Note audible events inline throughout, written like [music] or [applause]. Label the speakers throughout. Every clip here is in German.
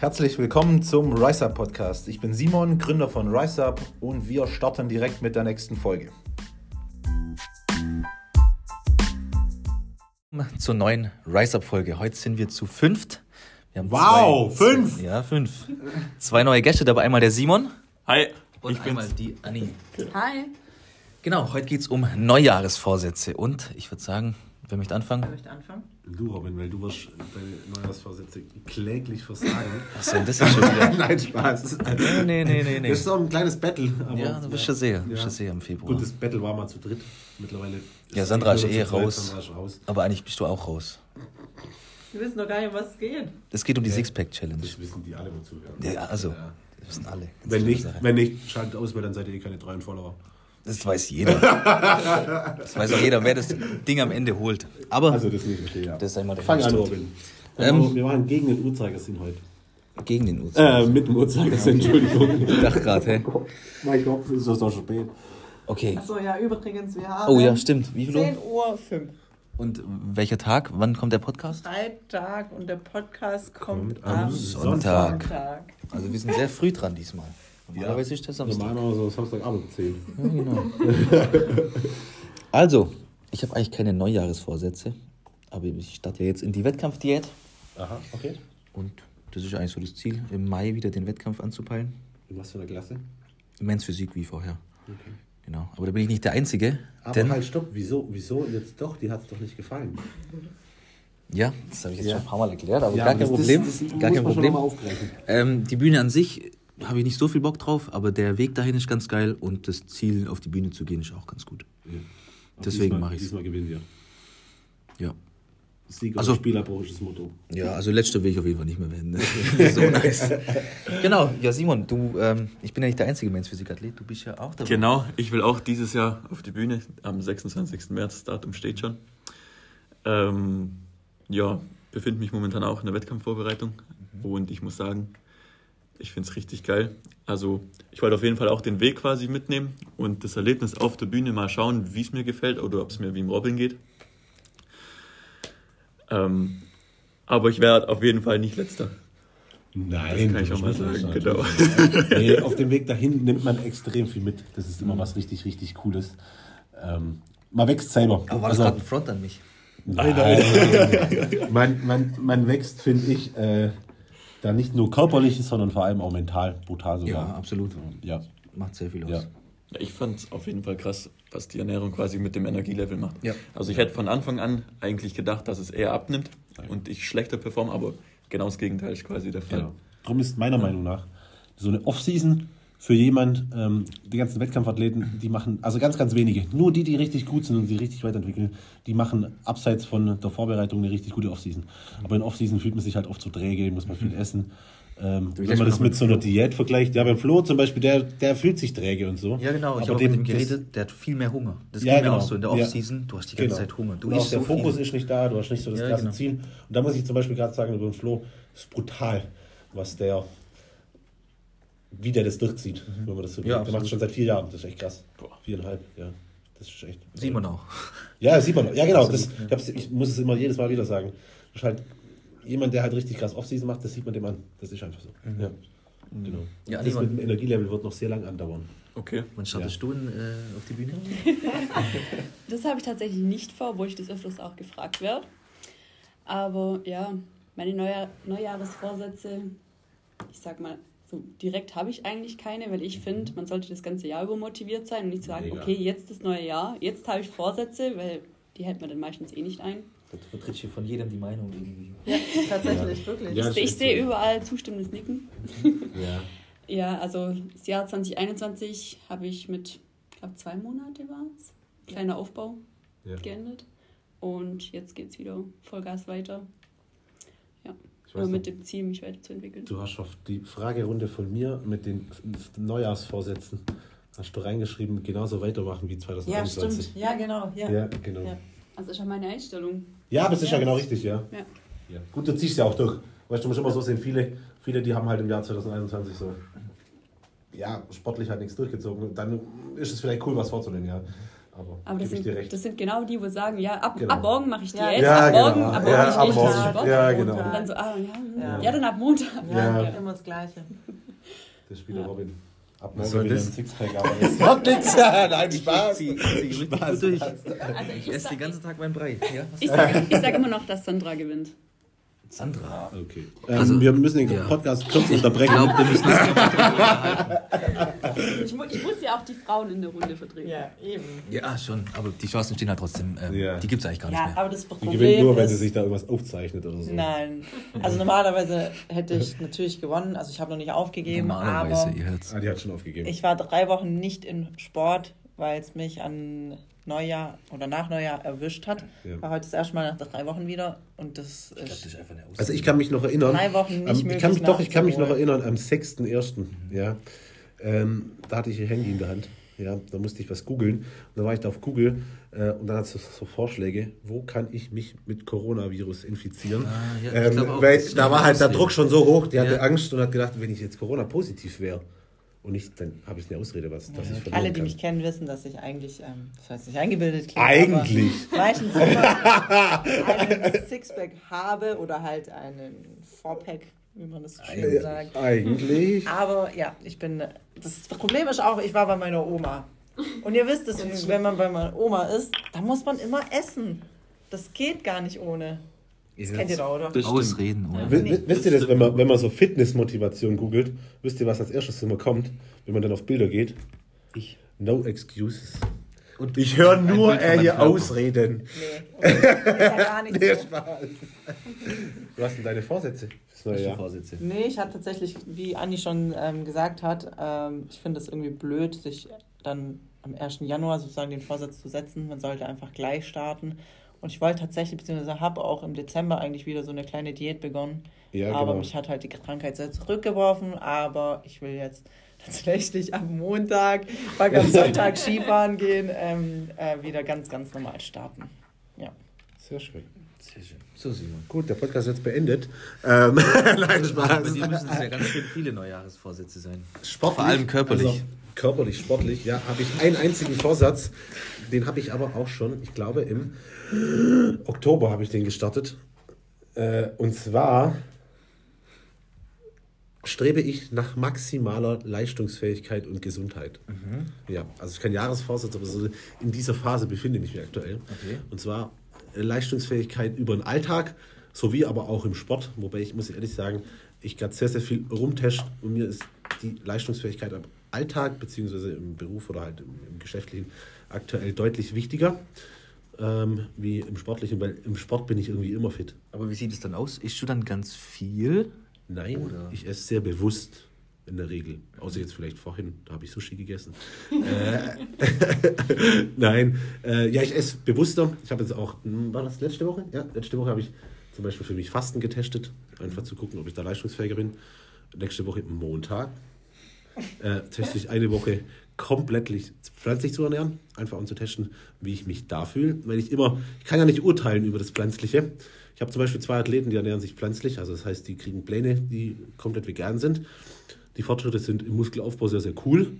Speaker 1: Herzlich willkommen zum RiseUp Podcast. Ich bin Simon, Gründer von RiseUp und wir starten direkt mit der nächsten Folge.
Speaker 2: Zur neuen RiseUp-Folge. Heute sind wir zu fünft. Wir haben
Speaker 3: Wow,
Speaker 2: zwei,
Speaker 3: fünf!
Speaker 2: Ja, fünf. Zwei neue Gäste dabei. Einmal der Simon
Speaker 3: Hi,
Speaker 2: und
Speaker 3: ich
Speaker 2: einmal
Speaker 3: bin's.
Speaker 2: die Anni.
Speaker 4: Hi.
Speaker 2: Genau, heute geht es um Neujahresvorsätze. Und ich würde sagen, wer möchte anfangen?
Speaker 4: Möchte anfangen?
Speaker 3: Du, Robin, weil du wirst deine Neujahrsvorsätze kläglich versagen.
Speaker 2: Was denn das jetzt [laughs]
Speaker 3: [laughs]
Speaker 2: schon wieder?
Speaker 3: Nein, Spaß.
Speaker 2: Nee, nee, nee, nee.
Speaker 3: Das ist auch ein kleines Battle. Aber
Speaker 2: Ja, du bist ja sehr, du bist ja
Speaker 3: Ja.
Speaker 2: sehr im Februar.
Speaker 3: Gut, das Battle war mal zu dritt. Mittlerweile.
Speaker 2: Ja, Sandra ist
Speaker 3: nur noch
Speaker 2: eh
Speaker 3: zu zweit,
Speaker 2: raus.
Speaker 3: Sandra ist raus.
Speaker 2: Aber eigentlich bist du auch raus.
Speaker 4: Wir wissen doch gar nicht, um was es geht.
Speaker 2: Es geht um die Sixpack-Challenge.
Speaker 3: Das wissen die alle, wozu wir
Speaker 2: Ja, also, das wissen alle. Ganz
Speaker 3: Wenn
Speaker 2: tolle
Speaker 3: nicht,
Speaker 2: Sache.
Speaker 3: wenn nicht, schaltet aus, weil dann seid ihr eh keine treuen Follower.
Speaker 2: Oh. Das weiß jeder. Das weiß auch jeder, wer das Ding am Ende holt. Aber
Speaker 3: Also das nicht, okay, ja.
Speaker 2: Das ist einmal der
Speaker 3: Fang an,
Speaker 2: Start.
Speaker 3: Robin.
Speaker 2: Ähm,
Speaker 3: Also, wir machen gegen den Uhrzeigersinn heute.
Speaker 2: gegen den Uhrzeigersinn.
Speaker 3: Äh, mit dem Uhrzeigersinn, Entschuldigung.
Speaker 2: Ich dachte gerade, hä?
Speaker 3: mein Gott, es ist doch so spät.
Speaker 2: Okay.
Speaker 4: Achso, ja, übrigens, wir haben.
Speaker 2: Oh ja, stimmt. Wie viel Uhr?
Speaker 4: 10 Uhr 5.
Speaker 2: Und welcher Tag? Wann kommt der Podcast?
Speaker 4: Freitag und der Podcast kommt,
Speaker 3: Kommt am
Speaker 4: am
Speaker 2: Sonntag.
Speaker 4: Sonntag.
Speaker 2: Also wir sind sehr früh dran diesmal. Normalerweise ist das Samstag.
Speaker 3: Normal machen wir so Samstagabend 10.
Speaker 2: Also, ich habe eigentlich keine Neujahresvorsätze, aber ich starte ja jetzt in die Wettkampfdiät
Speaker 3: Aha, okay.
Speaker 2: und das ist eigentlich so das Ziel, im Mai wieder den Wettkampf anzupeilen.
Speaker 3: In was für einer Klasse?
Speaker 2: Immens Physik wie vorher. Genau, aber da bin ich nicht der Einzige,
Speaker 3: Aber
Speaker 2: denn
Speaker 3: halt, stopp, wieso, wieso jetzt doch? Die hat es doch nicht gefallen.
Speaker 2: ja, das habe ich jetzt
Speaker 3: Ja.
Speaker 2: schon ein paar Mal erklärt, aber gar kein
Speaker 3: das-
Speaker 2: Problem,
Speaker 3: Das,
Speaker 2: gar
Speaker 3: das muss
Speaker 2: kein
Speaker 3: man Schon
Speaker 2: Problem.
Speaker 3: noch mal aufgreifen.
Speaker 2: Ähm, die Bühne an sich habe ich nicht so viel Bock drauf, aber der Weg dahin ist ganz geil und das Ziel, auf die Bühne zu gehen, ist auch ganz gut. Deswegen
Speaker 3: Diesmal-
Speaker 2: mache ich es.
Speaker 3: Diesmal gewinnen wir.
Speaker 2: Ja.
Speaker 3: Sieg
Speaker 2: Also-
Speaker 3: also, Spielerbruch ist das Motto.
Speaker 2: ja, also letzter will ich auf jeden Fall nicht mehr [laughs] werden. so nice. Genau, ja Simon, du, ähm, ich bin ja nicht der einzige Mensch Physikathlet, du bist ja auch dabei.
Speaker 5: Genau, ich will auch dieses Jahr auf die Bühne. Am 26. März, das Datum steht schon. Ähm, ja, befinde mich momentan auch in der Wettkampfvorbereitung
Speaker 2: Mhm.
Speaker 5: und ich muss sagen, ich finde es richtig geil. Also, ich wollte auf jeden Fall auch den Weg quasi mitnehmen und das Erlebnis auf der Bühne mal schauen, wie es mir gefällt oder ob es mir wie im Robin geht. Ähm, aber ich werde auf jeden Fall nicht letzter.
Speaker 3: Nein,
Speaker 5: Kann ich auch mal sagen,
Speaker 2: [laughs]
Speaker 5: genau.
Speaker 3: Nee, auf dem Weg dahin nimmt man extrem viel mit. Das ist immer was richtig, richtig Cooles. Ähm, man wächst selber. Also,
Speaker 2: Aber war das gerade ein Front an mich?
Speaker 3: Nein. [laughs] man, man, man wächst, finde ich, äh, da nicht nur körperlich, sondern vor allem auch mental, brutal sogar.
Speaker 2: absolut.
Speaker 3: Ja.
Speaker 2: Macht sehr viel aus.
Speaker 3: Ja.
Speaker 5: Ja, Ich fand es auf jeden Fall krass, was die Ernährung quasi mit dem Energielevel macht.
Speaker 2: Ja.
Speaker 5: Also ich hätte von Anfang an eigentlich gedacht, dass es eher abnimmt und ich schlechter performe, aber genau das Gegenteil ist quasi der Fall.
Speaker 3: Ja. Darum ist meiner Meinung nach so eine Off-Season für jemand, ähm, die ganzen Wettkampfathleten, die machen, also ganz, ganz wenige, nur die, die richtig gut sind und sich richtig weiterentwickeln, die machen abseits von der Vorbereitung eine richtig gute Off-Season. Aber in Off-Season fühlt man sich halt oft zu träge, muss man viel essen. Ähm, wenn
Speaker 2: lässt
Speaker 3: man
Speaker 2: man
Speaker 3: das
Speaker 2: auch
Speaker 3: mit so einer Diät vergleicht, ja, beim Flo zum Beispiel, der, der fühlt sich träge und so.
Speaker 2: Ja, genau. Ich
Speaker 3: Aber
Speaker 2: habe mit dem
Speaker 3: das-
Speaker 2: geredet, der hat viel mehr Hunger. Das
Speaker 3: Ja,
Speaker 2: ging mir
Speaker 3: genau.
Speaker 2: auch so in der
Speaker 3: Ja.
Speaker 2: Offseason. Du hast die ganze Zeit Hunger. Du
Speaker 3: und auch
Speaker 2: isst
Speaker 3: Genau. der
Speaker 2: so
Speaker 3: Fokus
Speaker 2: viel.
Speaker 3: ist nicht da, du hast nicht so das
Speaker 2: Ja,
Speaker 3: krasse
Speaker 2: genau.
Speaker 3: Ziel. Und da muss ich zum Beispiel gerade sagen, über den Flo, das ist brutal, was der, wie der das durchzieht, wenn man das so
Speaker 2: Mhm. Ja,
Speaker 3: Der macht
Speaker 2: absolut.
Speaker 3: es schon seit vier Jahren, das ist echt krakrass. Viereinhalb, ja. Das ist echt.
Speaker 2: Simon auch.
Speaker 3: Ja, sieht man. Ja, genau. Das, ich, hab's, ich muss es immer jedes Mal wieder sagen. Das ist halt jemand, der halt richtig krass Offseason macht, das sieht man dem an. Das ist einfach so. Ja. Genau.
Speaker 2: Mhm. Ja,
Speaker 3: das
Speaker 2: Simon.
Speaker 3: mit dem Energielevel wird noch sehr lang andauern.
Speaker 5: Okay.
Speaker 2: Wann startest du in, äh, auf die Bühne?
Speaker 6: Das habe ich tatsächlich nicht vor, obwohl ich das öfters auch gefragt werde. Aber ja, meine Neujahr Neujahresvorsätze, ich sag mal, so direkt habe ich eigentlich keine, weil ich finde, man sollte das ganze Jahr über motiviert sein und nicht sagen,
Speaker 3: Mega.
Speaker 6: okay, jetzt das neue Jahr, jetzt habe ich Vorsätze, weil die hält man dann meistens eh nicht ein.
Speaker 2: Da vertritt hier von jedem die Meinung irgendwie.
Speaker 4: Tatsächlich, wirklich.
Speaker 3: Ja. das
Speaker 6: Also ich
Speaker 3: ist
Speaker 6: sehe
Speaker 3: so.
Speaker 6: überall zustimmendes Nicken.
Speaker 3: Ja.
Speaker 6: [laughs] Ja, also das Jahr 2021 habe ich mit, ich glaube, zwei Monate war es, kleiner Aufbau
Speaker 3: Ja.
Speaker 6: geendet. Und jetzt geht es wieder Vollgas weiter. Ja,
Speaker 3: Ich
Speaker 6: nur
Speaker 3: weiß
Speaker 6: mit
Speaker 3: noch-
Speaker 6: dem Ziel, mich weiterzuentwickeln.
Speaker 3: Du hast auf die Fragerunde von mir mit den Neujahrsvorsätzen hast du reingeschrieben, genauso weitermachen wie
Speaker 4: Ja,
Speaker 3: 2021.
Speaker 4: stimmt. Ja, genau. Ja.
Speaker 3: Ja, genau.
Speaker 4: Ja.
Speaker 3: Ja,
Speaker 6: Also ist ja meine Einstellung.
Speaker 3: aber das ist ja, genau richtig, ja.
Speaker 6: Ja.
Speaker 3: ja. Gut, du ziehst ja auch durch. Weißt du, musst immer so sehen, viele, viele, die haben halt im Jahr 2021 so, ja, sportlich halt nichts durchgezogen. Dann ist es vielleicht cool, was vorzunehmen, ja.
Speaker 1: Aber,
Speaker 6: Aber das
Speaker 1: gebe ich
Speaker 6: sind,
Speaker 1: dir recht.
Speaker 6: das sind genau die, wo sagen, ja, ab,
Speaker 1: Genau.
Speaker 6: ab morgen mache ich
Speaker 4: Ja,
Speaker 6: Diät,
Speaker 4: ja,
Speaker 6: ab morgen,
Speaker 4: genau.
Speaker 6: ab morgen
Speaker 4: Ja,
Speaker 6: ich
Speaker 4: ab
Speaker 6: nicht
Speaker 4: morgen.
Speaker 6: Sport.
Speaker 1: Ja,
Speaker 6: Und
Speaker 1: genau.
Speaker 6: dann so, ah, ja, hm,
Speaker 4: Ja.
Speaker 6: ja, dann ab Montag.
Speaker 4: Ja,
Speaker 1: Ja.
Speaker 4: immer das Gleiche.
Speaker 1: Der Spieler Robin.
Speaker 3: Ab
Speaker 2: Was
Speaker 3: morgen
Speaker 2: soll
Speaker 3: wieder ein
Speaker 2: das?
Speaker 3: Sixpack, aber jetzt.
Speaker 2: Macht nichts. [laughs] Nein, Spaß. Ich, [laughs]
Speaker 1: Spaß.
Speaker 2: durch.
Speaker 6: Also
Speaker 2: ich
Speaker 6: ich,
Speaker 2: esse den
Speaker 6: sag,
Speaker 2: ganzen Tag meinen Brei. Ja?
Speaker 6: ich, sag, ich sag immer noch, dass Sandra gewinnt.
Speaker 2: Sandra.
Speaker 3: Okay. Ähm,
Speaker 2: Also-
Speaker 3: wir müssen den
Speaker 2: Ja.
Speaker 3: Podcast kurz unterbrechen.
Speaker 2: Glaubt ihr mich nicht?
Speaker 6: Ich, mu ich muss ja auch die Frauen in der Runde vertreten.
Speaker 4: Ja, eben.
Speaker 2: Ja, ah, schon. Aber die Chancen stehen halt trotzdem. Ähm,
Speaker 3: Ja.
Speaker 2: Die gibt es eigentlich gar nicht
Speaker 4: Ja,
Speaker 2: mehr.
Speaker 4: aber das
Speaker 3: die
Speaker 4: Problem
Speaker 3: gewinnt nur, wenn
Speaker 4: ist,
Speaker 3: sie sich da irgendwas aufzeichnet oder so.
Speaker 4: Nein. Also normalerweise hätte ich natürlich gewonnen. Also ich habe noch nicht aufgegeben,
Speaker 2: Normalerweise,
Speaker 4: aber
Speaker 2: ihr hört's.
Speaker 3: Ah, die hat schon aufgegeben.
Speaker 4: ich war drei Wochen nicht im Sport, weil es mich an Neujahr oder nach Neujahr erwischt hat.
Speaker 3: Ja.
Speaker 4: War heute das erste Mal nach drei Wochen wieder und das
Speaker 2: Das
Speaker 4: ist
Speaker 2: ist einfach eine Ausrede.
Speaker 3: Also ich kann mich noch erinnern.
Speaker 4: Drei Wochen nicht
Speaker 3: am, ich
Speaker 4: möglich
Speaker 3: kann mich doch, ich kann mich noch
Speaker 4: nachzuholen.
Speaker 3: erinnern am 6.1. Ja, ähm, da hatte ich ein Handy in der Hand. Ja, da musste ich was googeln. Und dann war ich da auf Google äh, und dann hat es so Vorschläge, wo kann ich mich mit Coronavirus infizieren?
Speaker 2: Ah, ja, ich
Speaker 3: ähm,
Speaker 2: glaube auch,
Speaker 3: weil
Speaker 2: das ist
Speaker 3: da
Speaker 2: eine
Speaker 3: war halt der
Speaker 2: Ausrede.
Speaker 3: Druck schon so hoch, die hatte
Speaker 2: Ja.
Speaker 3: Angst und hat gedacht, wenn ich jetzt Corona positiv wäre und ich, dann habe ich eine Ausrede, was dass ich verlieren
Speaker 4: Alle, die
Speaker 3: kann.
Speaker 4: mich kennen, wissen, dass ich eigentlich, ähm, das heißt nicht eingebildet klinge,
Speaker 3: Eigentlich.
Speaker 4: aber meistens immer [laughs] einen Sixpack habe oder halt einen Fourpack, wie man das so schön sagt.
Speaker 3: Äh, Eigentlich.
Speaker 4: Aber ja, ich bin. Das Problem ist auch, ich war bei meiner Oma. Und ihr wisst es, wenn man bei meiner Oma ist, da muss man immer essen. Das geht gar nicht ohne. Das kennt ihr doch, oder?
Speaker 5: Das stimmt.
Speaker 2: Ausreden, oh oder?
Speaker 3: Wi- wi- Wisst ihr das, wenn man, wenn man so Fitnessmotivation googelt, wisst ihr, was als erstes immer kommt, wenn man dann auf Bilder geht?
Speaker 2: Ich.
Speaker 3: No excuses.
Speaker 2: Und
Speaker 3: Ich höre
Speaker 2: ein
Speaker 3: nur
Speaker 2: Bild von
Speaker 3: er
Speaker 2: meinem
Speaker 3: hier
Speaker 2: Körper.
Speaker 3: ausreden. [laughs]
Speaker 4: Nee. Okay. Ist ja gar nicht
Speaker 3: Nee,
Speaker 4: so.
Speaker 3: Spaß. Was sind deine Vorsätze fürs neue
Speaker 2: Hast du
Speaker 3: Jahr?
Speaker 2: Vorsätze?
Speaker 4: Nee, ich hatte tatsächlich, wie Andi schon ähm, gesagt hat, ähm, ich finde es irgendwie blöd, sich dann am 1. Januar sozusagen den Vorsatz zu setzen. Man sollte einfach gleich starten. Und ich wollte tatsächlich, beziehungsweise habe auch im Dezember eigentlich wieder so eine kleine Diät begonnen.
Speaker 3: Ja,
Speaker 4: aber
Speaker 3: genau.
Speaker 4: mich hat halt die Krankheit sehr zurückgeworfen. Aber ich will jetzt [laughs] tatsächlich am Montag, weil
Speaker 3: [laughs]
Speaker 4: am Sonntag Skifahren gehen, ähm, äh, wieder ganz, ganz normal starten. Ja.
Speaker 3: Sehr schön.
Speaker 2: Sehr schön. So, Simon.
Speaker 3: Gut, der Podcast ist jetzt beendet. Ähm, [laughs] Nein,
Speaker 2: Bei
Speaker 3: Spaß.
Speaker 2: dir müssen es ja ganz schön viele Neujahresvorsätze sein.
Speaker 3: Sportlich,
Speaker 2: Vor allem körperlich.
Speaker 3: Also, körperlich, sportlich, ja, habe ich einen einzigen Vorsatz. Den habe ich aber auch schon, ich glaube, im Oktober habe ich den gestartet. Äh, und zwar strebe ich nach maximaler Leistungsfähigkeit und Gesundheit. Ja, also es ist kein Jahresvorsatz, aber so in dieser Phase befinde ich mich aktuell.
Speaker 2: Okay.
Speaker 3: Und zwar äh, Leistungsfähigkeit über den Alltag, sowie aber auch im Sport. Wobei ich muss ehrlich sagen, ich gerade sehr, sehr viel rumtest und mir ist die Leistungsfähigkeit am Alltag, beziehungsweise im Beruf oder halt im, im Geschäftlichen aktuell deutlich wichtiger. Ähm, wie im Sportlichen, weil im Sport bin ich irgendwie immer fit.
Speaker 2: Aber wie sieht es dann aus? Ischst du dann ganz viel?
Speaker 3: Nein,
Speaker 2: Oder-
Speaker 3: ich esse sehr bewusst in der Regel. Außer jetzt vielleicht vorhin, da habe ich Sushi gegessen. äh, [laughs] Nein, äh, ja, ich esse bewusster. Ich habe jetzt auch, hm, war das letzte Woche? Ja, letzte Woche habe ich zum Beispiel für mich Fasten getestet, einfach zu gucken, ob ich da leistungsfähiger bin. Nächste Woche Montag äh, teste ich eine Woche komplett pflanzlich zu ernähren, einfach um zu testen, wie ich mich da fühle. Weil ich immer, ich kann ja nicht urteilen über das Pflanzliche. Ich habe zum Beispiel zwei Athleten, die ernähren sich pflanzlich, also das heißt, die kriegen Pläne, die komplett vegan sind. Die Fortschritte sind im Muskelaufbau sehr, sehr cool.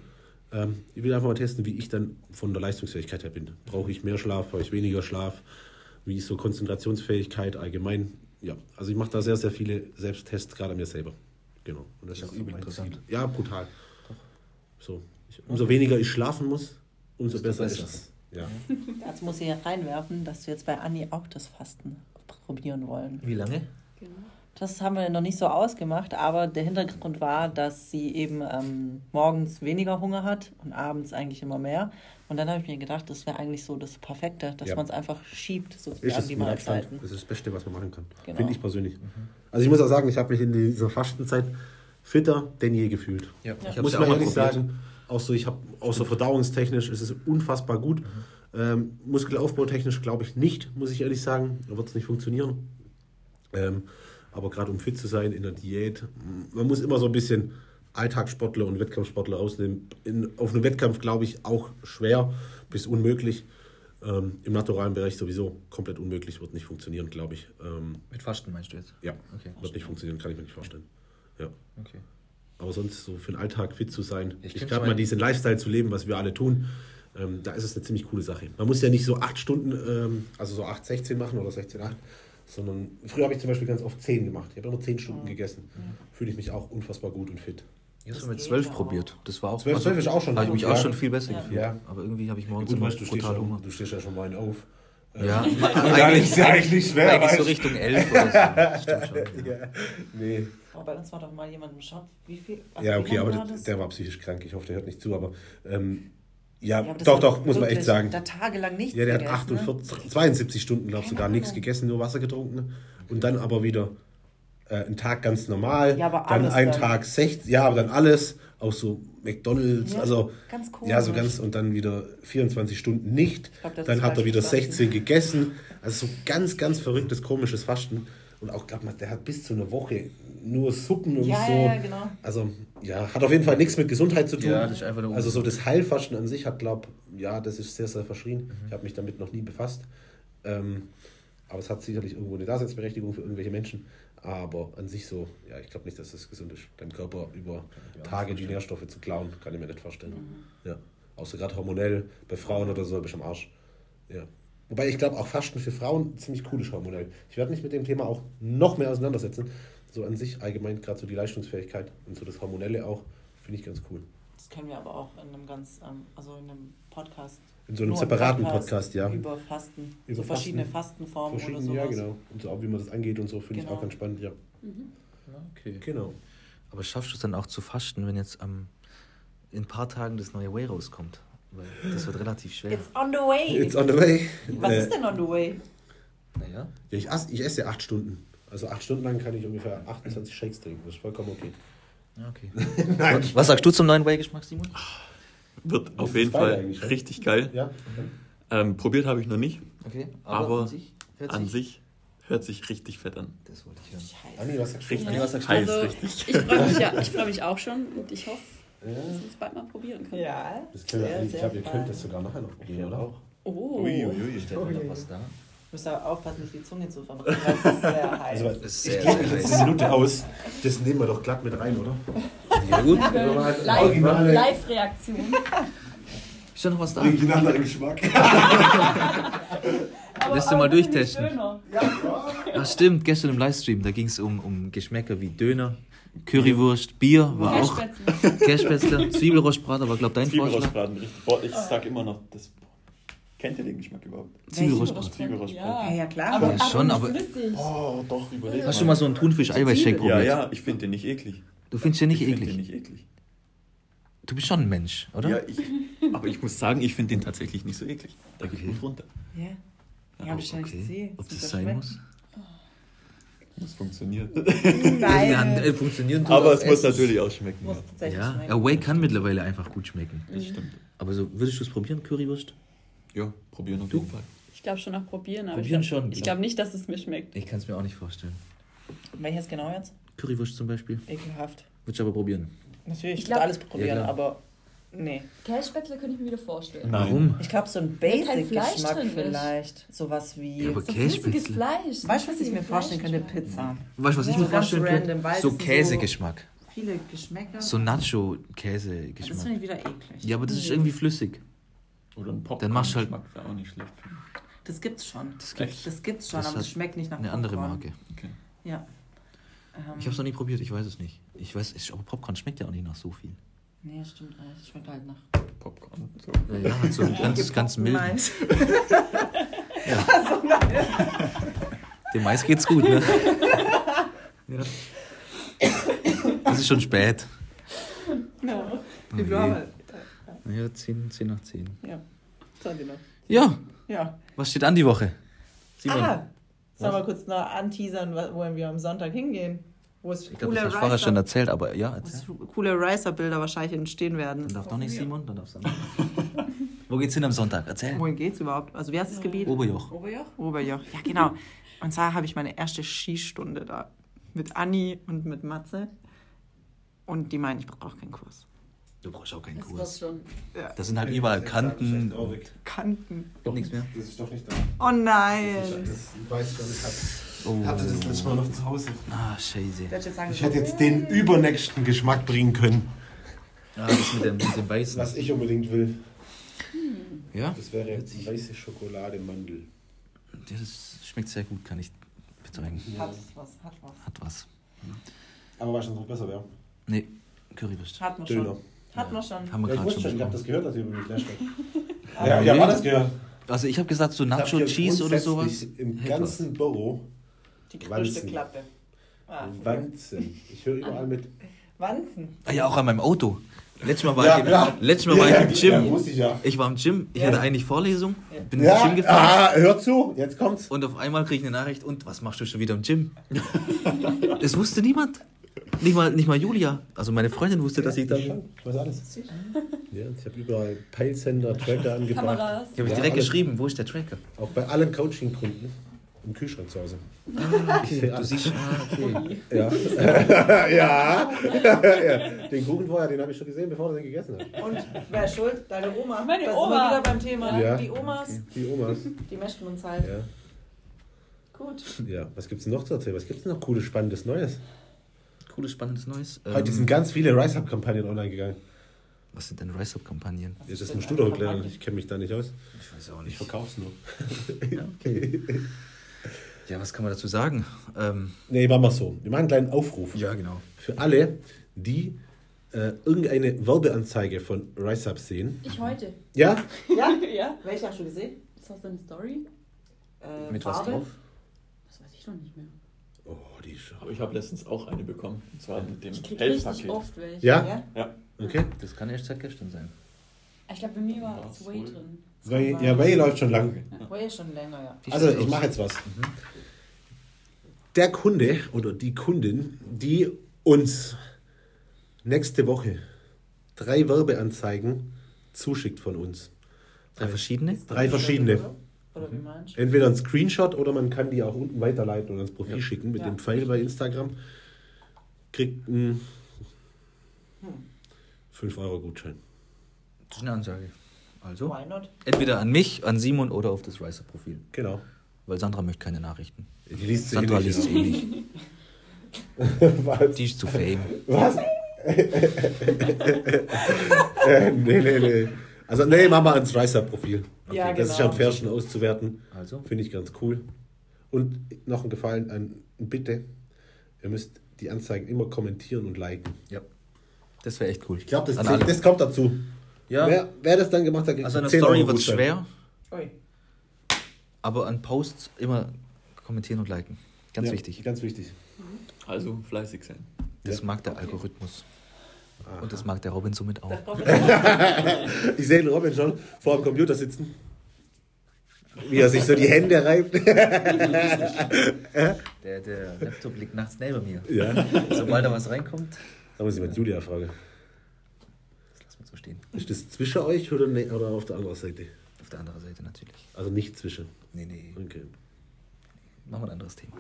Speaker 3: Ähm, ich will einfach mal testen, wie ich dann von der Leistungsfähigkeit her bin. Brauche ich mehr Schlaf, brauche ich weniger Schlaf? Wie ist so Konzentrationsfähigkeit allgemein? Ja, also ich mache da sehr, sehr viele Selbsttests, gerade an mir selber. Genau. Und das
Speaker 2: Ist auch
Speaker 3: so
Speaker 2: übel
Speaker 3: mein
Speaker 2: interessant.
Speaker 3: Ziel. Ja, brutal. So. Ich, umso weniger ich schlafen muss, umso besser ist
Speaker 2: besser. Mhm.
Speaker 3: es. Ja.
Speaker 4: Dazu muss ich hier reinwerfen, dass wir jetzt bei Andi auch das Fasten probieren wollen.
Speaker 2: Wie lange?
Speaker 4: Das haben wir noch nicht so ausgemacht, aber der Hintergrund war, dass sie eben ähm, morgens weniger Hunger hat und abends eigentlich immer mehr. Und dann habe ich mir gedacht, das wäre eigentlich so das Perfekte, dass
Speaker 3: Ja.
Speaker 4: man es einfach schiebt,
Speaker 3: Ist
Speaker 4: sozusagen
Speaker 3: es
Speaker 4: die
Speaker 3: mit Abstand.
Speaker 4: Mahlzeiten.
Speaker 3: Das ist das Beste, was man machen kann.
Speaker 4: Genau.
Speaker 3: Finde ich persönlich.
Speaker 2: Mhm.
Speaker 3: Also ich muss auch sagen, ich habe mich in dieser Fastenzeit fitter denn je gefühlt.
Speaker 2: Ja, ich
Speaker 3: Ich
Speaker 2: hab's
Speaker 3: muss
Speaker 2: ja
Speaker 3: man
Speaker 2: auch mal
Speaker 3: ehrlich
Speaker 2: probiert.
Speaker 3: sagen, auch so, ich habe auch so verdauungstechnisch ist es unfassbar gut.
Speaker 2: Mhm.
Speaker 3: Ähm, Muskelaufbautechnisch glaube ich nicht, muss ich ehrlich sagen. Da wird es nicht funktionieren. Ähm, aber gerade um fit zu sein in der Diät, m, man muss immer so ein bisschen Alltagssportler und Wettkampfsportler rausnehmen. In, auf einem Wettkampf glaube ich auch schwer bis unmöglich. Ähm, Im naturalen Bereich sowieso komplett unmöglich, wird nicht funktionieren, glaube ich. Ähm,
Speaker 2: Mit Fasten meinst du jetzt?
Speaker 3: ja,
Speaker 2: Okay.
Speaker 3: wird nicht funktionieren, kann ich mir nicht vorstellen. Ja.
Speaker 2: Okay.
Speaker 3: Aber sonst so für den Alltag fit zu sein.
Speaker 2: Ich
Speaker 3: Ich,
Speaker 2: kenn's
Speaker 3: glaube
Speaker 2: mal.
Speaker 3: mal, diesen Lifestyle zu leben, was wir alle tun, ähm, da ist es eine ziemlich coole Sache. Man muss ja nicht so acht Stunden, ähm, also so 8, 16 machen oder 16, 8, sondern früher habe ich zum Beispiel ganz oft 10 gemacht. Ich habe immer 10 Stunden gegessen. Fühle ich mich auch unfassbar gut und fit. Also
Speaker 2: Ich habe mit 12 probiert. eh Das war auch.
Speaker 3: 12, 12 ist auch schon
Speaker 2: Habe ich mich
Speaker 3: gut,
Speaker 2: auch
Speaker 3: ja.
Speaker 2: schon viel besser
Speaker 4: Ja.
Speaker 2: gefühlt.
Speaker 3: Ja.
Speaker 2: Aber irgendwie habe ich morgens
Speaker 3: Gut,
Speaker 2: immer
Speaker 3: weißt du, du stehst,
Speaker 2: brutal Hunger.
Speaker 3: schon, du stehst ja schon mal auf.
Speaker 2: Ja,
Speaker 3: Eigentlich
Speaker 2: [laughs] eigentlich,
Speaker 3: ist ja eigentlich schwer.
Speaker 2: eigentlich
Speaker 3: weißt
Speaker 2: so
Speaker 3: du.
Speaker 2: Richtung 11 oder so.
Speaker 5: [laughs]
Speaker 2: Das stimmt schon. Ja.
Speaker 3: Ja. Nee.
Speaker 4: Aber bei uns war doch mal jemand im Shop. Wie viel? also
Speaker 3: Ja,
Speaker 4: wie
Speaker 3: okay,
Speaker 4: lange
Speaker 3: aber
Speaker 4: war
Speaker 3: der,
Speaker 4: das?
Speaker 3: der war psychisch krank. Ich hoffe, der hört nicht zu, aber ähm, ja,
Speaker 4: Ja, aber das
Speaker 3: doch,
Speaker 4: war
Speaker 3: doch, muss man
Speaker 4: wirklich
Speaker 3: echt sagen.
Speaker 4: Da tagelang nichts
Speaker 3: Ja, der hat
Speaker 4: gegessen, ne?
Speaker 3: 48, 72 Stunden, glaube ich,
Speaker 4: Keine
Speaker 3: sogar nichts
Speaker 4: Ahnung.
Speaker 3: gegessen, nur Wasser getrunken. ne? Und dann aber wieder äh, einen Tag ganz normal.
Speaker 4: Ja, aber
Speaker 3: dann
Speaker 4: alles
Speaker 3: einen
Speaker 4: dann.
Speaker 3: Tag 60, ja, aber dann alles. Auch so McDonalds,
Speaker 4: Ja,
Speaker 3: also.
Speaker 4: ganz komisch.
Speaker 3: Ja, so ganz. Und dann wieder 24 Stunden nicht.
Speaker 4: glaub, das
Speaker 3: dann
Speaker 4: ist
Speaker 3: hat er
Speaker 4: falsch
Speaker 3: wieder
Speaker 4: verstanden.
Speaker 3: 16 gegessen. Also so ganz, ganz verrücktes, komisches Fasten. Und auch, glaube mal, der hat bis zu einer Woche nur Suppen und
Speaker 4: Ja,
Speaker 3: so.
Speaker 4: ja, ja, genau.
Speaker 3: Also, ja, hat auf jeden Fall nichts mit Gesundheit zu tun.
Speaker 2: Ja, das ist einfach nur
Speaker 3: also so das Heilfasten an sich hat, glaube ja, das ist sehr, sehr verschrien. Ich habe mich damit noch nie befasst. Ähm, aber es hat sicherlich irgendwo eine Daseinsberechtigung für irgendwelche Menschen. Aber an sich so, ja, ich glaube nicht, dass das gesund ist. Deinem Körper über Tage die Nährstoffe zu klauen, kann ich mir nicht vorstellen. Ja. Außer gerade hormonell, bei Frauen oder so, bist du am Arsch. Ja. Wobei ich glaube, auch Fasten für Frauen ziemlich cool ist hormonell. Ich werde mich mit dem Thema auch noch mehr auseinandersetzen. So an sich allgemein, gerade so die Leistungsfähigkeit und so das Hormonelle auch, finde ich ganz cool.
Speaker 4: Das können wir aber auch in einem ganz, ähm, also in einem Podcast.
Speaker 3: In so einem
Speaker 4: nur
Speaker 3: separaten Podcast, ja.
Speaker 4: Über Fasten.
Speaker 3: Über
Speaker 4: so verschiedene
Speaker 3: Fasten.
Speaker 4: Fastenformen
Speaker 3: Verschieden,
Speaker 4: oder sowas.
Speaker 3: ja, genau. Und so auch, wie man das angeht und so, finde ich
Speaker 4: Genau.
Speaker 3: auch ganz spannend, ja.
Speaker 2: Okay.
Speaker 3: Genau.
Speaker 2: Aber schaffst du es dann auch zu fasten, wenn jetzt am, in ein paar Tagen das neue Way rauskommt? Weil das wird relativ schwer.
Speaker 4: It's on the way.
Speaker 3: It's on the way.
Speaker 4: Was
Speaker 3: Äh,
Speaker 4: ist denn on the way?
Speaker 2: Naja.
Speaker 3: Ja, ich, ass, ich esse acht Stunden. Also acht Stunden lang kann ich ungefähr 28 Shakes trinken. Das ist vollkommen okay.
Speaker 2: Ja, [laughs] okay.
Speaker 3: Nein.
Speaker 2: Was- Was sagst du zum neuen Way-Geschmack, Simon?
Speaker 5: Wird
Speaker 3: ist
Speaker 5: auf jeden
Speaker 3: geil
Speaker 5: Fall
Speaker 3: eigentlich, ja?
Speaker 5: richtig geil.
Speaker 3: Ja.
Speaker 5: Ähm, probiert habe ich noch nicht.
Speaker 2: Okay.
Speaker 5: Aber
Speaker 2: hört
Speaker 5: An sich hört sich richtig fett an.
Speaker 2: Das wollte ich hören.
Speaker 4: Scheiße.
Speaker 3: Anni, was sagst du?
Speaker 5: Richtig
Speaker 2: Ja, was sagst du?
Speaker 5: heiß,
Speaker 6: Also,
Speaker 5: richtig.
Speaker 6: ich freue mich, ja, ich freu mich auch schon und ich hoffe,
Speaker 3: Ja.
Speaker 6: dass wir es bald mal probieren können.
Speaker 4: Ja.
Speaker 3: Das können wir,
Speaker 4: sehr,
Speaker 3: eigentlich- ich
Speaker 4: sehr
Speaker 3: glaube, ihr könnt
Speaker 4: fein.
Speaker 3: das sogar nachher noch probieren, oder? Auch.
Speaker 6: Oh,
Speaker 2: Ich stelle mir noch was da.
Speaker 4: Ich muss aber aufpassen, nicht die Zunge zu verbrennen. Das ist
Speaker 2: [laughs]
Speaker 4: sehr heiß.
Speaker 3: Also,
Speaker 2: Das ist
Speaker 3: ich
Speaker 2: sehr
Speaker 3: gebe mich jetzt
Speaker 2: heiß.
Speaker 3: eine Minute aus. Das nehmen wir doch glatt mit rein, oder?
Speaker 2: Ja,
Speaker 3: [laughs]
Speaker 2: gut.
Speaker 6: Live-
Speaker 3: Originale-
Speaker 6: Live-Reaktion.
Speaker 2: Ist da noch was da?
Speaker 3: Irgendwie einen anderen Geschmack.
Speaker 2: Lässt du mal durchtesten. Ja, Ah, stimmt. Gestern im Livestream, da ging es um, um Geschmäcker wie Döner, Currywurst, Bier war auch.
Speaker 6: Cashspätzle.
Speaker 2: Cashspätzle, Zwiebelrostbraten war, glaube dein Vorschlag.
Speaker 5: Zwiebelrostbraten, richtig. Boah, ich sag immer noch, das. Kennt ihr den Geschmack überhaupt?
Speaker 2: Zwiebelrostbraten.
Speaker 5: Zwiebelrostbraten.
Speaker 4: ja, ja, klar.
Speaker 2: Ja, schon, aber
Speaker 6: Flüssig.
Speaker 5: Oh, doch, überlegt.
Speaker 2: hast du mal so einen Thunfisch-Eiweißshake
Speaker 5: Ja,
Speaker 2: probiert?
Speaker 5: ja, ich finde den nicht eklig.
Speaker 2: Du findest den nicht
Speaker 5: ich find
Speaker 2: eklig.
Speaker 5: Den nicht eklig.
Speaker 2: Du bist schon ein Mensch, oder?
Speaker 5: Ja, ich, aber ich muss sagen, ich finde den tatsächlich nicht so eklig. Da geht gut runter.
Speaker 4: Ja. Ja, hab ich schon nicht gesehen.
Speaker 2: Ob
Speaker 4: Ist
Speaker 2: das
Speaker 4: mir
Speaker 2: sein
Speaker 4: schmeckt.
Speaker 2: muss?
Speaker 5: Das funktioniert.
Speaker 4: Nein.
Speaker 2: funktionieren
Speaker 5: Aber es muss natürlich auch schmecken.
Speaker 4: Muss
Speaker 5: Ja.
Speaker 4: tatsächlich
Speaker 2: Ja, oh.
Speaker 4: schmecken.
Speaker 2: Away kann mittlerweile einfach gut schmecken.
Speaker 5: Das stimmt.
Speaker 2: Aber so, würdest du es probieren, Currywurst?
Speaker 5: Ja, probieren auf jeden Fall.
Speaker 6: Ich glaube schon nach Probieren, aber
Speaker 2: Probieren
Speaker 6: ich glaube
Speaker 2: schon,
Speaker 6: ich
Speaker 2: ja.
Speaker 6: glaub nicht, dass es mir schmeckt.
Speaker 2: Ich kann es mir auch nicht vorstellen.
Speaker 4: Welches genau jetzt?
Speaker 2: Currywurst zum Beispiel.
Speaker 4: Ekelhaft.
Speaker 2: Würdest du aber probieren.
Speaker 4: Natürlich, ich
Speaker 7: glaub-
Speaker 4: würde alles probieren,
Speaker 2: klar.
Speaker 4: aber nee.
Speaker 7: Cashspätzle könnte ich mir wieder vorstellen.
Speaker 2: Warum?
Speaker 4: Ich glaube, so ein
Speaker 7: Wenn kein Fleisch
Speaker 4: Basic-Geschmack
Speaker 7: drin ist.
Speaker 4: vielleicht. Sowas wie.
Speaker 2: Ja, aber
Speaker 7: So flüssiges
Speaker 2: Käsespätzle.
Speaker 7: Fleisch.
Speaker 4: weißt du, was ich mir
Speaker 7: Flüssiges
Speaker 4: vorstellen könnte?
Speaker 7: Fleisch.
Speaker 4: Pizza.
Speaker 2: Weißt du, was ich
Speaker 4: So
Speaker 2: mir
Speaker 4: ganz
Speaker 2: vorstellen
Speaker 4: random,
Speaker 2: könnte?
Speaker 4: weil
Speaker 2: So
Speaker 4: das so-
Speaker 2: Käsegeschmack.
Speaker 4: Viele
Speaker 2: So
Speaker 4: Geschmäcker. das finde
Speaker 2: Nacho-Käsegeschmack.
Speaker 4: ich wieder eklig.
Speaker 2: Ja, aber das ist irgendwie flüssig.
Speaker 5: Oder ein Pop.
Speaker 2: Dann machst halt-
Speaker 5: Geschmack wäre auch nicht schlecht.
Speaker 4: Das gibt's schon.
Speaker 2: Das gibt's.
Speaker 4: Das gibt's schon,
Speaker 2: Das
Speaker 4: aber
Speaker 2: hat
Speaker 4: das schmeckt nicht nach
Speaker 2: Eine andere
Speaker 4: Popcorn.
Speaker 2: Marke.
Speaker 5: Okay.
Speaker 4: Ja. Ähm,
Speaker 2: Ich habe es noch nie probiert, ich weiß es nicht. Ich weiß, ich, aber Popcorn schmeckt ja auch nicht nach so viel.
Speaker 4: Nee, stimmt. äh, Das schmeckt halt nach.
Speaker 5: Popcorn. So.
Speaker 2: Ja, halt so [laughs] einen ganz, ganz milden.
Speaker 4: Mais.
Speaker 2: Dem Mais geht's gut,
Speaker 3: [laughs]
Speaker 2: ne? ja. Es ist schon spät.
Speaker 4: No.
Speaker 2: Okay.
Speaker 4: [laughs] Wie viel haben wir?
Speaker 2: Ja, 10, 10 nach 10.
Speaker 4: Ja. Sollen wir noch?
Speaker 2: Ja,
Speaker 4: Ja.
Speaker 2: was steht an die Woche? Simon,
Speaker 4: Ah! Sollen wir mal kurz noch anteasern, wa- wohin wir am Sonntag hingehen? Wo es
Speaker 2: ich glaube,
Speaker 4: coole
Speaker 2: das hast du vorher
Speaker 4: Rice-Up-
Speaker 2: schon erzählt, aber ja,
Speaker 4: wo
Speaker 2: erzähl.
Speaker 4: es coole Riser-Bilder wahrscheinlich entstehen werden.
Speaker 2: Dann darf doch nicht Simon, dann darf's Anna.
Speaker 6: [laughs]
Speaker 2: Wo geht's hin am Sonntag? Erzähl.
Speaker 4: Wohin geht's überhaupt? Also, wie heißt das Gebiet?
Speaker 2: Oberjoch.
Speaker 6: Oberjoch?
Speaker 4: Oberjoch. Ja, genau. Und zwar habe ich meine erste Skistunde da mit Anni und mit Matze. Und die meinen, ich brauche keinen Kurs.
Speaker 2: Du brauchst auch keinen
Speaker 6: Das war's
Speaker 2: Kurs.
Speaker 6: schon.
Speaker 2: Das sind halt überall Kanten.
Speaker 3: Das ist echt traurig.
Speaker 4: Kanten.
Speaker 2: Doch nichts mehr.
Speaker 3: Das ist doch nicht da.
Speaker 4: Oh
Speaker 3: Das
Speaker 4: nein!
Speaker 3: weiß schon, ich hab-
Speaker 2: Oh.
Speaker 3: hatte das letzte Mal noch zu Hause.
Speaker 2: Ah, scheiße.
Speaker 4: Ich jetzt sagen,
Speaker 3: Ich hätte jetzt den übernächsten Geschmack bringen können,
Speaker 2: Ah, das mit dem, mit dem Weißen.
Speaker 3: was ich unbedingt will.
Speaker 2: Ja?
Speaker 3: Das wäre
Speaker 2: Witzig.
Speaker 3: weiße Schokolade Mandel.
Speaker 2: Ja, das schmeckt sehr gut, kann ich bezeugen.
Speaker 4: Hat was, hat was.
Speaker 2: Hat was.
Speaker 8: Aber wahrscheinlich noch besser wäre.
Speaker 2: Nee, Currywurst.
Speaker 4: Hat man
Speaker 3: Döner.
Speaker 4: schon. Hat man schon.
Speaker 2: Haben
Speaker 8: Ja,
Speaker 2: wir
Speaker 8: ich
Speaker 2: gerade
Speaker 8: wusste
Speaker 2: schon
Speaker 8: schon, ich habe
Speaker 2: besprochen.
Speaker 8: das gehört, dass ihr über mich Clash
Speaker 2: [laughs]
Speaker 8: sprecht.
Speaker 2: Ja,
Speaker 8: ja, ja, war das gehört.
Speaker 2: Also ich habe gesagt, so Nacho
Speaker 3: Habt ihr
Speaker 2: Cheese oder
Speaker 3: grundsätzlich
Speaker 2: sowas.
Speaker 3: Im
Speaker 2: Hätte
Speaker 3: ganzen Büro.
Speaker 4: Die
Speaker 3: Wanzen.
Speaker 4: größte Klappe. Ah,
Speaker 3: Wanzen. Ich höre überall mit.
Speaker 4: Wanzen.
Speaker 2: Ah ja, auch an meinem Auto. Letztes Mal war
Speaker 8: Ja,
Speaker 2: ich,
Speaker 8: ja.
Speaker 2: letztes Mal war ich im
Speaker 8: Ja,
Speaker 2: Gym.
Speaker 8: muss ich ja.
Speaker 2: Ich war im Gym, ich hatte eigentlich Vorlesung, bin ins
Speaker 8: Ja,
Speaker 2: Gym gefahren
Speaker 8: ah, hör zu, jetzt kommt's.
Speaker 2: und auf einmal kriege ich eine Nachricht und was machst du schon wieder im Gym? das wusste niemand. Nicht mal, nicht mal Julia. Also meine Freundin wusste, dass ich da bin.
Speaker 8: Ich weiß alles.
Speaker 3: Ja, ich habe überall Peilsender,
Speaker 2: [laughs]
Speaker 3: Tracker angebracht.
Speaker 6: Kameras.
Speaker 2: Ich habe
Speaker 3: Ja,
Speaker 2: direkt
Speaker 3: alles.
Speaker 2: geschrieben, wo ist der Tracker?
Speaker 3: Auch bei allen Coaching-Kunden im Kühlschrank zu Hause.
Speaker 2: Okay, du siehst, ah, [laughs] okay.
Speaker 3: Ja. ja. ja. Den Kuchen vorher, den habe ich schon gesehen, bevor du den gegessen hast.
Speaker 4: Und wer ist schuld? Deine Oma.
Speaker 6: Meine
Speaker 4: da sind
Speaker 6: Oma.
Speaker 4: wir wieder beim Thema.
Speaker 3: Ja.
Speaker 4: Die Omas,
Speaker 3: Die Omas.
Speaker 4: die möchten uns halt.
Speaker 3: Ja.
Speaker 4: Gut.
Speaker 3: ja. Was gibt's denn noch zu erzählen? Was gibt's denn noch cooles, spannendes, Neues?
Speaker 2: Cooles, spannendes Neues. Ähm,
Speaker 3: Heute sind ganz viele Rise-Up-Kampagnen online gegangen.
Speaker 2: was sind denn Rise-Up-Kampagnen?
Speaker 3: Ja, das
Speaker 4: ist
Speaker 3: musst du
Speaker 4: denn eine
Speaker 3: doch erklären.
Speaker 4: Kampagne?
Speaker 3: Ich kenne mich da nicht aus.
Speaker 2: Ich weiß auch nicht.
Speaker 3: verkauf's nur.
Speaker 2: Ja, was kann man dazu sagen? Ähm,
Speaker 3: Nee, machen wir so. Wir machen einen kleinen Aufruf.
Speaker 2: ja, genau.
Speaker 3: Für alle, die äh, irgendeine Werbeanzeige von RiseUp sehen.
Speaker 9: Ich heute.
Speaker 3: Ja?
Speaker 4: Ja?
Speaker 6: [laughs] Ja,
Speaker 4: Welche hast du gesehen?
Speaker 6: ist das eine Story?
Speaker 4: Äh,
Speaker 2: Mit was
Speaker 4: Farbe?
Speaker 2: drauf?
Speaker 6: Das weiß ich noch nicht mehr.
Speaker 3: Oh, die Schau.
Speaker 5: Aber ich habe letztens auch eine bekommen. Und zwar mit dem
Speaker 6: Ich krieg richtig
Speaker 5: Heldpaket.
Speaker 6: oft welche.
Speaker 3: Ja?
Speaker 4: Ja.
Speaker 5: Ja.
Speaker 3: Okay.
Speaker 2: Das kann erst seit gestern sein.
Speaker 6: Ich glaube, bei mir war
Speaker 5: Ja,
Speaker 6: das Way
Speaker 5: voll.
Speaker 6: drin.
Speaker 3: Way, ja, Way läuft schon lang.
Speaker 4: War ja schon länger, ja.
Speaker 3: Also, ich mache jetzt was.
Speaker 2: Mhm.
Speaker 3: Der Kunde oder die Kundin, die uns nächste Woche drei Werbeanzeigen zuschickt von uns.
Speaker 2: Drei verschiedene?
Speaker 3: Drei verschiedene.
Speaker 4: Oder wie meinst du?
Speaker 3: Entweder ein Screenshot oder man kann die auch unten weiterleiten und ans Profil
Speaker 2: Ja.
Speaker 3: schicken mit
Speaker 4: Ja.
Speaker 3: dem Pfeil bei Instagram. Kriegt einen 5-Euro-Gutschein.
Speaker 2: Das ist eine Ansage. Also,
Speaker 4: Why not?
Speaker 2: entweder an mich, an Simon oder auf das Riser-Profil.
Speaker 3: Genau.
Speaker 2: Weil Sandra möchte keine Nachrichten.
Speaker 3: Die liest sie
Speaker 2: Sandra
Speaker 3: eh nicht,
Speaker 2: liest sie eh nicht.
Speaker 3: Was?
Speaker 2: Die ist zu fame.
Speaker 3: Was? [laughs] äh, nee, nee, nee. Also, nee, machen wir ans Reiser-Profil.
Speaker 4: Ja,
Speaker 3: Das ist
Speaker 4: genau.
Speaker 3: am fairsten auszuwerten.
Speaker 2: Also,
Speaker 3: Finde ich ganz cool. Und noch ein Gefallen an Bitte. Ihr müsst die Anzeigen immer kommentieren und liken.
Speaker 2: ja. Das wäre echt cool.
Speaker 3: Ich glaube, das,
Speaker 2: An
Speaker 3: zählt-
Speaker 2: alle.
Speaker 3: das kommt dazu.
Speaker 2: Ja,
Speaker 3: Wer, wer das dann gemacht hat, kriegt
Speaker 2: also an der
Speaker 3: 10 Euro
Speaker 2: Story wird es schwer,
Speaker 3: Gutschein.
Speaker 4: Ui.
Speaker 2: aber an Posts immer kommentieren und liken. Ganz
Speaker 3: Ja,
Speaker 2: wichtig.
Speaker 3: Ganz wichtig.
Speaker 5: Also fleißig sein.
Speaker 2: Das mag der Algorithmus. Und das mag der Robin somit auch.
Speaker 3: Ich sehe den Robin schon vor dem Computer sitzen. Wie er sich so die Hände reibt.
Speaker 2: Der, der Laptop liegt nachts neben mir.
Speaker 3: Ja. Da
Speaker 2: Sobald da was reinkommt,
Speaker 3: muss ich mal Julia fragen.
Speaker 2: das lassen wir so stehen.
Speaker 3: Ist das zwischen euch oder, ne, oder auf der anderen Seite?
Speaker 2: Auf der anderen Seite natürlich.
Speaker 3: Also nicht zwischen.
Speaker 2: Nee, nee,
Speaker 3: Okay.
Speaker 2: machen wir ein anderes
Speaker 3: [laughs]
Speaker 2: Thema.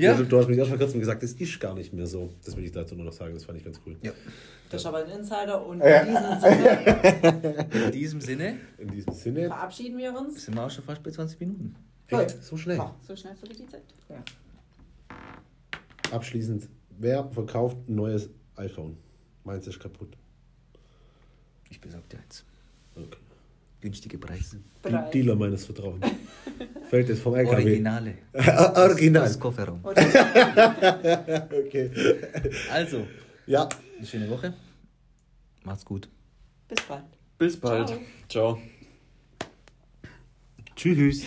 Speaker 3: Ja. du hast mich auch schon kurz gesagt, das ist gar nicht mehr so. Das will ich dazu nur noch sagen, das fand ich ganz cool.
Speaker 2: Ja.
Speaker 4: Das ist aber ein Insider und in diesem Sinne
Speaker 2: In diesem Sinne
Speaker 3: In diesem Sinne,
Speaker 4: verabschieden wir uns.
Speaker 2: sind wir auch schon fast bei 20 Minuten.
Speaker 4: Gut.
Speaker 3: so schnell.
Speaker 6: So schnell vergeht die Zeit.
Speaker 3: Abschließend, wer verkauft ein neues iPhone? Meins ist kaputt.
Speaker 2: Ich besorge dir eins.
Speaker 3: Okay.
Speaker 2: Günstige Preise.
Speaker 3: Die
Speaker 4: Preis.
Speaker 3: Dealer meines Vertrauens. Fällt es vom LKW.
Speaker 2: Originale.
Speaker 3: [laughs] Original.
Speaker 2: Aus Kofferraum.
Speaker 3: [laughs] Okay.
Speaker 2: Also,
Speaker 3: Ja.
Speaker 2: eine schöne Woche. Macht's gut.
Speaker 4: Bis bald.
Speaker 5: Bis bald. Ciao.
Speaker 2: Tschüss.